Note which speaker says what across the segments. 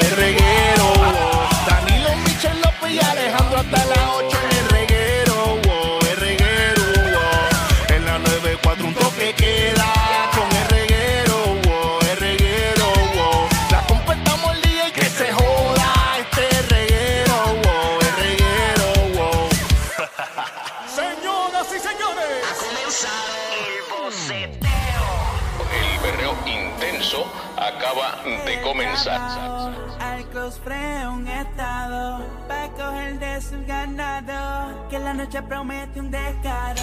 Speaker 1: el reguero. oh. Danilo Michel López y Alejandro hasta las 8 el reguero, oh, el reguero. oh. En la 94 un toque queda con el reguero, oh, el reguero. oh. La completamos el día y que se joda este reguero, oh, el reguero. oh. Señoras y señores.
Speaker 2: El berreo intenso acaba de comenzar.
Speaker 3: Al cosplay un estado Pa' coger de su ganado Que la noche promete un descaro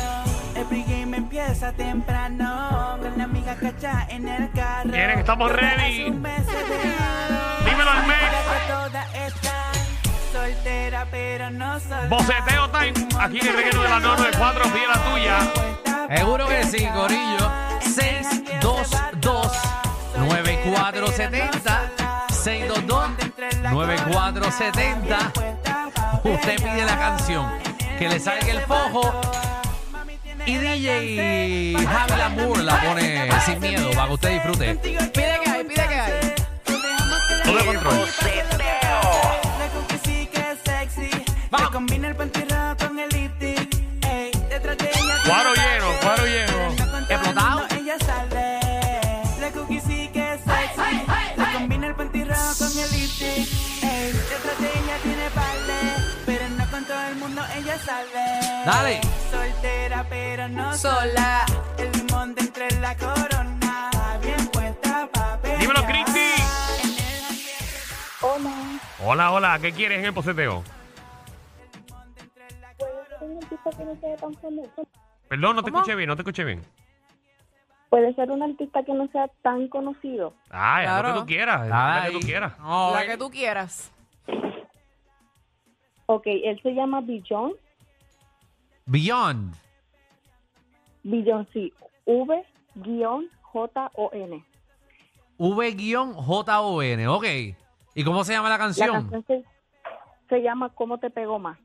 Speaker 3: El pregame empieza temprano Con la amiga cacha en el carro
Speaker 4: Miren, estamos ready. Dímelo,
Speaker 3: Dímelo
Speaker 4: Almeida.
Speaker 3: Soltera pero no sola
Speaker 4: Boceteo time, aquí en el reguero de la 994, pide la tuya.
Speaker 5: Seguro que sí, Corillo. 622-9470. 622-9470. Usted pide la canción. Que le salga el fojo. Y DJ Javi Lamour la pone sin miedo para que usted disfrute.
Speaker 3: Pide que hay, pide que hay.
Speaker 4: Todo de control.
Speaker 3: La cookie sí que es sexy.
Speaker 5: Vamos.
Speaker 3: Te combina el panty rojo con el lipstick. Ey, detrás de ella.
Speaker 4: Cuadro lleno, cuadro lleno.
Speaker 5: Explotado.
Speaker 3: Explotado. Ella sale. La cookie sí que es sexy. Te combina el panty rojo con el lipstick. Ey, detrás de ella tiene balde. Pero no con todo el mundo ella sale.
Speaker 5: Dale.
Speaker 3: Soltera pero no sola. El limón de entre la corona. Bien puesta pa'
Speaker 4: Dímelo,
Speaker 3: pelear.
Speaker 4: Cristi.
Speaker 6: Hola,
Speaker 4: Hola, hola, ¿qué quieres en el boceteo?
Speaker 6: ¿puede ser un artista que no sea tan famoso?
Speaker 4: Perdón, no te escuché bien, no te escuché bien.
Speaker 6: Puede ser un artista que no sea tan conocido.
Speaker 4: Ay, haz lo que
Speaker 7: Claro.
Speaker 4: tú quieras, haz lo que tú quieras.
Speaker 5: No,
Speaker 7: La
Speaker 5: eh.
Speaker 7: que tú quieras.
Speaker 6: Ok, él se llama Billon,
Speaker 5: Beyond.
Speaker 6: Billon sí, V-J-O-N.
Speaker 5: V-J-O-N. Ok. ¿Y cómo se llama la
Speaker 6: La
Speaker 5: canción?
Speaker 6: canción se, se llama ¿Cómo te pegó más?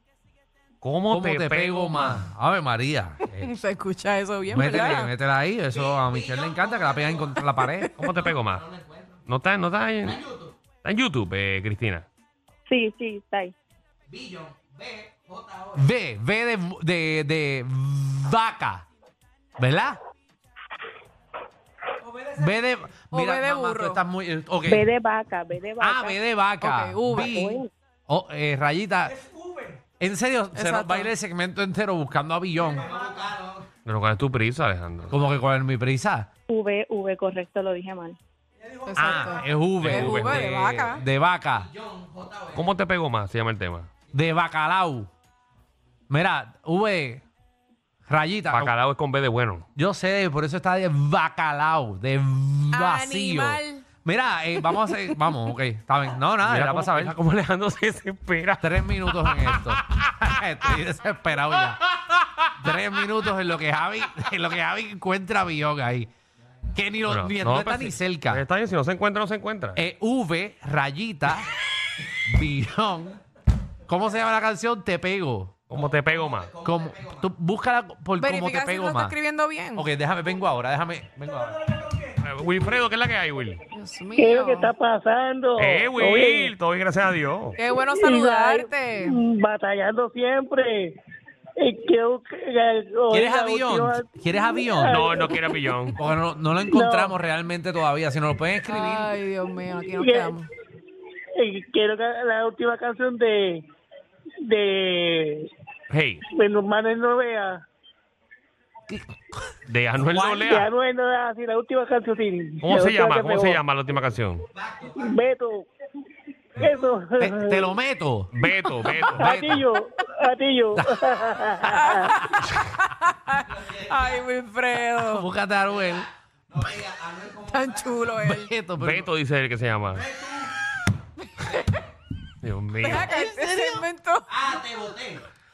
Speaker 4: ¿Cómo,
Speaker 5: ¿Cómo te pego más? Ave María. Eh,
Speaker 7: Se escucha eso bien,
Speaker 5: Métela,
Speaker 7: ¿verdad?
Speaker 5: métela ahí. Eso a Michelle le encanta que la peguen contra la pared.
Speaker 4: ¿Cómo te pego más? No está, no está en, está en YouTube, eh, Cristina.
Speaker 6: Sí, sí, está ahí.
Speaker 5: V, V de, de, de vaca. ¿Verdad? V de.
Speaker 7: o V de
Speaker 5: mamá, tú
Speaker 7: burro.
Speaker 5: estás muy. eh, ok.
Speaker 6: B de vaca, B de vaca.
Speaker 5: Ah, V de vaca.
Speaker 7: Ok, V.
Speaker 5: B. Oh, eh, rayita. En serio, se nos va a ir el segmento entero buscando a Billón.
Speaker 4: Pero cuál es tu prisa, Alejandro.
Speaker 5: Como que con mi prisa. Ah,
Speaker 6: V, V, correcto, lo dije mal.
Speaker 7: Exacto.
Speaker 5: Es V.
Speaker 4: Es V
Speaker 7: de vaca.
Speaker 5: De vaca.
Speaker 4: ¿Cómo te pego más? Se llama el tema.
Speaker 5: De bacalao. Mira, V. Rayita.
Speaker 4: Bacalao es con B de bueno.
Speaker 5: Yo sé, por eso está de bacalao, de vacío.
Speaker 7: Animal.
Speaker 5: Mira, eh, vamos a hacer, vamos, ok, está bien. No,
Speaker 4: Mira
Speaker 5: nada, Ah, era
Speaker 4: cómo-
Speaker 5: para saber.
Speaker 4: mira cómo Alejandro se desespera.
Speaker 5: Tres minutos en esto. Estoy desesperado ya. Tres minutos en lo que Javi, en lo que Javi encuentra a Billón ahí. Que ni, lo-
Speaker 4: Bueno, pues
Speaker 5: ni- no,
Speaker 4: pero
Speaker 5: está
Speaker 4: si-
Speaker 5: ni cerca.
Speaker 4: Está bien, si no se encuentra, no se encuentra.
Speaker 5: Eh, v, rayita, Billón. ¿Cómo se llama la canción? Te pego.
Speaker 4: ¿Cómo te pego más?
Speaker 5: Como, tú búscala por cómo te
Speaker 7: Verifica si lo
Speaker 5: pego
Speaker 7: está
Speaker 5: más.
Speaker 7: escribiendo bien.
Speaker 5: Ok, déjame, vengo ahora, déjame, vengo ahora.
Speaker 4: Eh, Wilfredo, ¿qué es la que hay, Will?
Speaker 7: Dios
Speaker 8: ¿Qué es lo
Speaker 7: mío.
Speaker 8: que está pasando?
Speaker 4: Eh,
Speaker 8: Oye,
Speaker 4: Will, todo bien, gracias a Dios.
Speaker 7: Qué bueno saludarte.
Speaker 8: mm, Batallando siempre. Eh, que- eh,
Speaker 5: ¿Quieres
Speaker 8: oiga,
Speaker 5: avión?
Speaker 8: última-
Speaker 5: ¿Quieres avión?
Speaker 4: No, él no quiere a Pillón.
Speaker 5: Porque no, no lo encontramos realmente todavía. Si nos lo pueden escribir.
Speaker 7: Ay, Dios mío, aquí nos
Speaker 8: Bien.
Speaker 7: quedamos.
Speaker 8: eh, quiero ca- la última canción de de
Speaker 4: Hey,
Speaker 8: Menos Manuel Novea.
Speaker 4: de Anuel
Speaker 8: Ya
Speaker 4: Nolea.
Speaker 8: no es nada así, ah, la última canción. sí.
Speaker 4: ¿Cómo
Speaker 8: La
Speaker 4: se
Speaker 8: última
Speaker 4: llama?
Speaker 8: que
Speaker 4: ¿Cómo se
Speaker 8: pegó.
Speaker 4: llama la última canción?
Speaker 8: Beto. Eso.
Speaker 5: Te, te lo meto.
Speaker 4: Beto, Beto.
Speaker 8: Atillo, Atillo.
Speaker 7: Ay, Wilfredo.
Speaker 5: Búscate a Aruel.
Speaker 7: Tan chulo él.
Speaker 5: Beto, pero-
Speaker 4: Beto dice el que se llama. Dios mío.
Speaker 7: Acá, se inventó.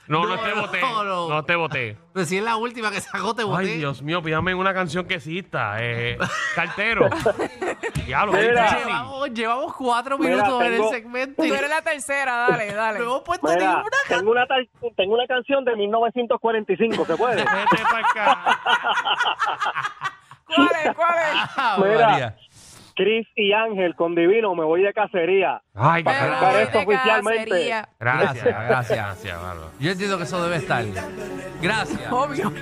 Speaker 4: No, no te
Speaker 5: No,
Speaker 4: voté.
Speaker 5: no, no.
Speaker 4: No te voté.
Speaker 5: Pero si es la última que sacó, te boté.
Speaker 4: Ay, Dios mío, pídame una canción que exista. Eh, cartero. Diablo, qué
Speaker 8: Mira.
Speaker 4: difícil.
Speaker 5: Llevamos, llevamos cuatro
Speaker 8: Mira,
Speaker 5: minutos en el
Speaker 8: tengo-
Speaker 5: segmento
Speaker 7: Tú
Speaker 5: y
Speaker 7: eres la tercera, dale,
Speaker 5: no
Speaker 7: dale.
Speaker 5: hemos puesto ni
Speaker 8: Mira,
Speaker 5: una.
Speaker 8: tengo una, tar- tengo una canción de 1945, ¿se puede?
Speaker 4: Vete para acá.
Speaker 7: ¿Cuál es? ¿Cuál es?
Speaker 5: Ah,
Speaker 8: Mira.
Speaker 5: María.
Speaker 8: Chris y Ángel con Divino, me voy de cacería.
Speaker 7: Me
Speaker 4: Ay,
Speaker 8: Para
Speaker 7: voy
Speaker 8: arrancar
Speaker 4: gracias.
Speaker 8: esto
Speaker 7: de
Speaker 8: oficialmente.
Speaker 7: cacería.
Speaker 4: Gracias,
Speaker 5: Gracias,
Speaker 4: gracias.
Speaker 5: gracias.
Speaker 4: mano.
Speaker 5: Yo entiendo que eso debe estar. Gracias,
Speaker 7: Obvio.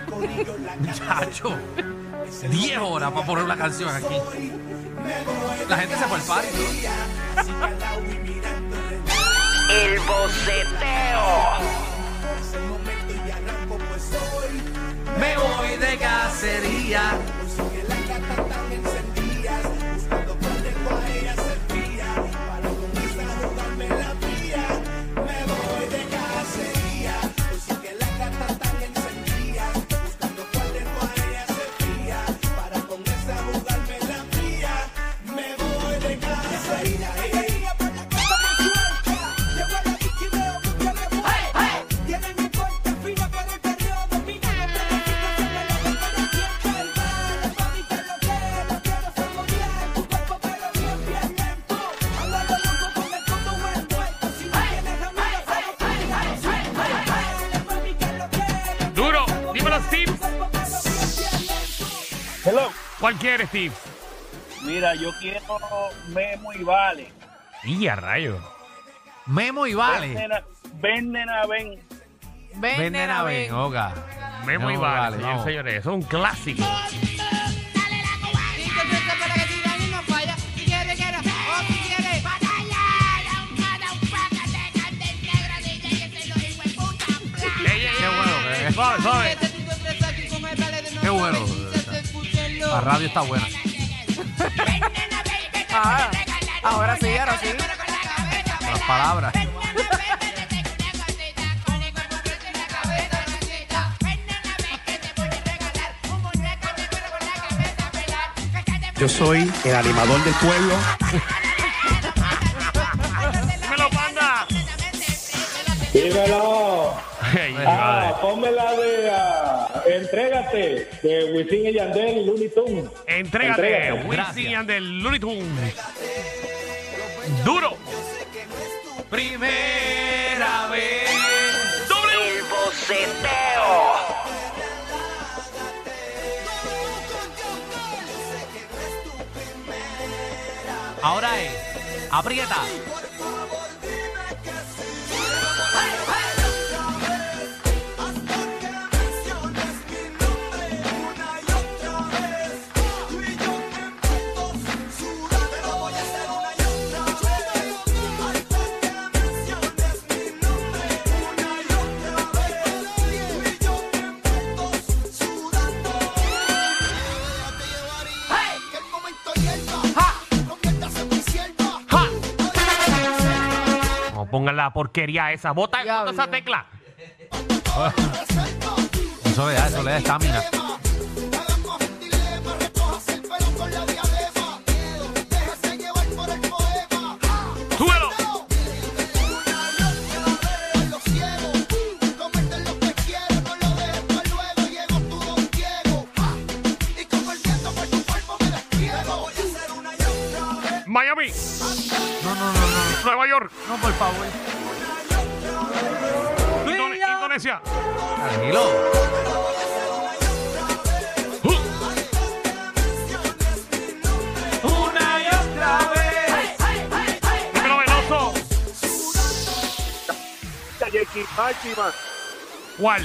Speaker 5: muchacho. Diez horas para poner una canción aquí. La gente se fue al party.
Speaker 1: El boceteo.
Speaker 5: Me voy de cacería.
Speaker 4: Duro, dímelo, Steve.
Speaker 8: Hello.
Speaker 4: ¿Cuál quieres, Steve?
Speaker 8: Mira, yo quiero Memo y Vale.
Speaker 4: Y a rayo.
Speaker 5: Memo y Vale.
Speaker 8: Nena, ven, nena, ven.
Speaker 7: Ven,
Speaker 5: Ven, nena, ven, Oga.
Speaker 4: Memo y Vale, señores,
Speaker 5: vamos.
Speaker 4: señores. Eso es un clásico. Ey, ey, ey,
Speaker 5: Qué bueno,
Speaker 4: ey,
Speaker 5: eh.
Speaker 4: Suave, suave.
Speaker 5: Qué bueno. La radio está buena.
Speaker 7: Ah, ahora sí, ahora sí.
Speaker 5: Las palabras.
Speaker 1: Yo soy el animador del pueblo.
Speaker 4: Dímelo, panda.
Speaker 8: Dímelo.
Speaker 4: Ey, madre.
Speaker 8: Ah, ponme la de ah, Entrégate, de Wisin y Yandel y Looney Tunes.
Speaker 4: Entrégate,
Speaker 8: Entrégate.
Speaker 4: Wisin
Speaker 5: Gracias.
Speaker 4: and the Looney Tunes. Duro.
Speaker 5: Primera vez.
Speaker 4: Doble.
Speaker 5: Ahora es. Aprieta.
Speaker 4: No pongan la porquería esa. Bota,
Speaker 7: Diablo.
Speaker 4: bota esa tecla.
Speaker 5: Eso le da, eso le da estamina.
Speaker 4: Súbelo. Miami,
Speaker 5: No, no, no, no.
Speaker 4: Nueva York,
Speaker 5: No, por favor.
Speaker 4: Indone- Indonesia.
Speaker 5: Tranquilo.
Speaker 4: Uh,
Speaker 5: Una y otra vez.
Speaker 4: Dímelo, Veloso.
Speaker 8: Jackie Máxima,
Speaker 4: ¿Cuál?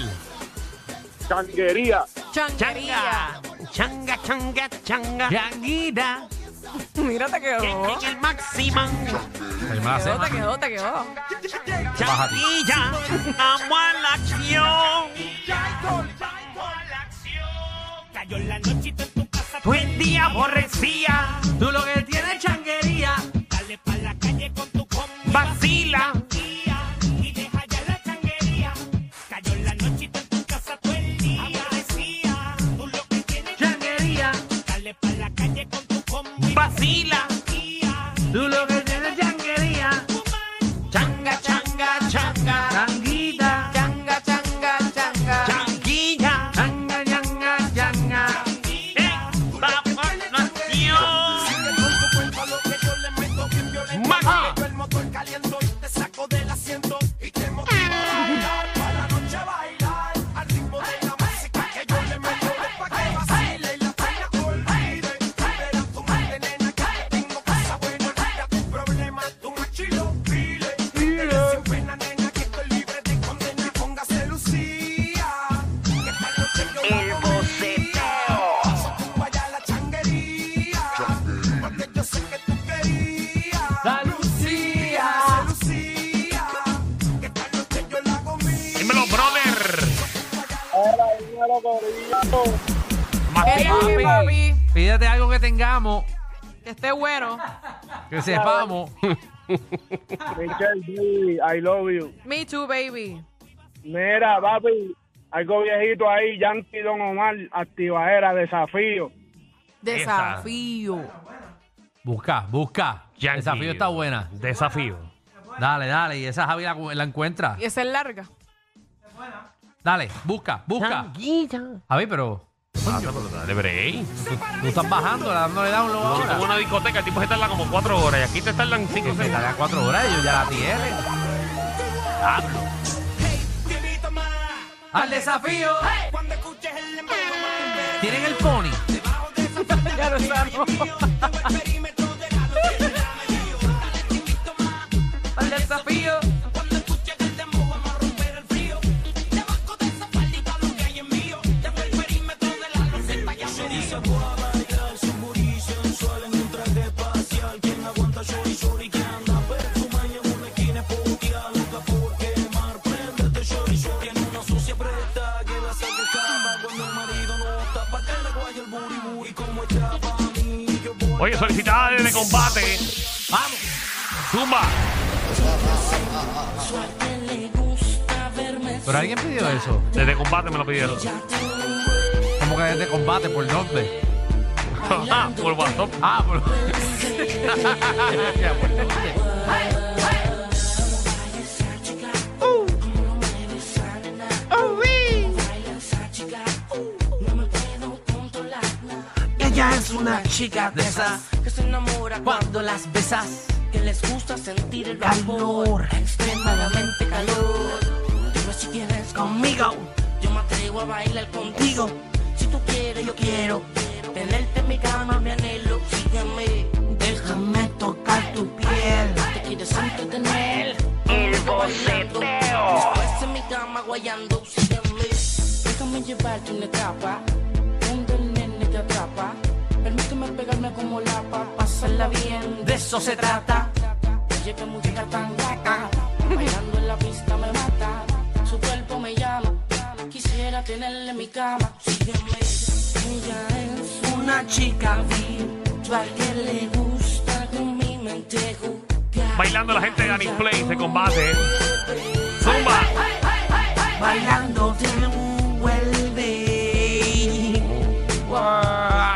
Speaker 8: Changuería.
Speaker 7: Changuería.
Speaker 4: Changa, changa, changa.
Speaker 5: Yanguida.
Speaker 7: Mira, te quedó.
Speaker 4: el máximo.
Speaker 5: El más
Speaker 7: Te quedó, te quedó,
Speaker 5: hace.
Speaker 7: te quedó.
Speaker 4: Changuilla, amo a la acción. Tú el día aborrecía,
Speaker 5: Tú lo que tienes es changuería.
Speaker 4: vacila.
Speaker 5: Changuería.
Speaker 9: Dale pa' la
Speaker 10: vacila. Tú lo que tienes es changuería. Changa, changa, changa. Changuita.
Speaker 1: Changa, changa, changa.
Speaker 10: Changuilla. Changa, changa, changa. Esta formación. Maca.
Speaker 4: Dímelo, brother.
Speaker 1: ¿Qué tal, mi papi?
Speaker 5: Pídete algo que tengamos,
Speaker 1: Que esté bueno.
Speaker 5: que sepamos.
Speaker 8: Michelle, baby, I love you.
Speaker 1: Me too, baby.
Speaker 8: Mira, papi, algo viejito ahí, Yankee Don Omar, activadera, desafío.
Speaker 1: Desafío.
Speaker 5: Busca, busca.
Speaker 4: Yankee.
Speaker 5: Desafío está buena.
Speaker 4: Desafío.
Speaker 5: Dale, dale. Y esa Javi la, la encuentra.
Speaker 1: Y esa es larga.
Speaker 5: Dale, busca, busca. Javi, pero
Speaker 4: Ah, pero dale break.
Speaker 5: tú estás bajando, dándole download
Speaker 4: Tú en
Speaker 5: ahora.
Speaker 4: una discoteca, el tipo se tarda como cuatro horas y aquí te tardan cinco o
Speaker 5: Se
Speaker 4: seis.
Speaker 5: tarda cuatro horas, ellos ya la tienen. ¡Al desafío! Tienen el pony.
Speaker 1: Ya lo sabemos. El desafío.
Speaker 4: Oye, solicitadas de combate.
Speaker 5: ¡Vamos!
Speaker 4: Zumba.
Speaker 5: Pero alguien pidió eso.
Speaker 4: Desde combate me lo pidieron.
Speaker 5: Como que es de combate por nombre.
Speaker 4: Ah, Por WhatsApp.
Speaker 5: Ah, por... Ya, por nombre.
Speaker 10: Ella es una chica de esas
Speaker 3: que se enamora
Speaker 5: Cuando las besas.
Speaker 3: que les gusta sentir el calor, extremadamente calor. Dime si quieres conmigo, yo me atrevo a bailar contigo. Si tú quieres, yo quiero tenerte en mi cama, mi anhelo, sígueme. Déjame tocar tu piel, te quieres entretener. El boceteo. Después en mi cama guayando, sígueme. Déjame llevarte una etapa, donde el nene te atrapa. Permíteme pegarme como lapa, pasarla bien.
Speaker 5: De eso se trata.
Speaker 3: Oye, qué música tan gata. Bailando en la pista me mata. Su cuerpo me llama. Quisiera tenerle en mi cama. Sígueme. Ella es una chica virtual que le gusta con mi mente jugar.
Speaker 4: Bailando la gente de Annie Play de combate. Zumba.
Speaker 3: Bailando te vuelve. Wow.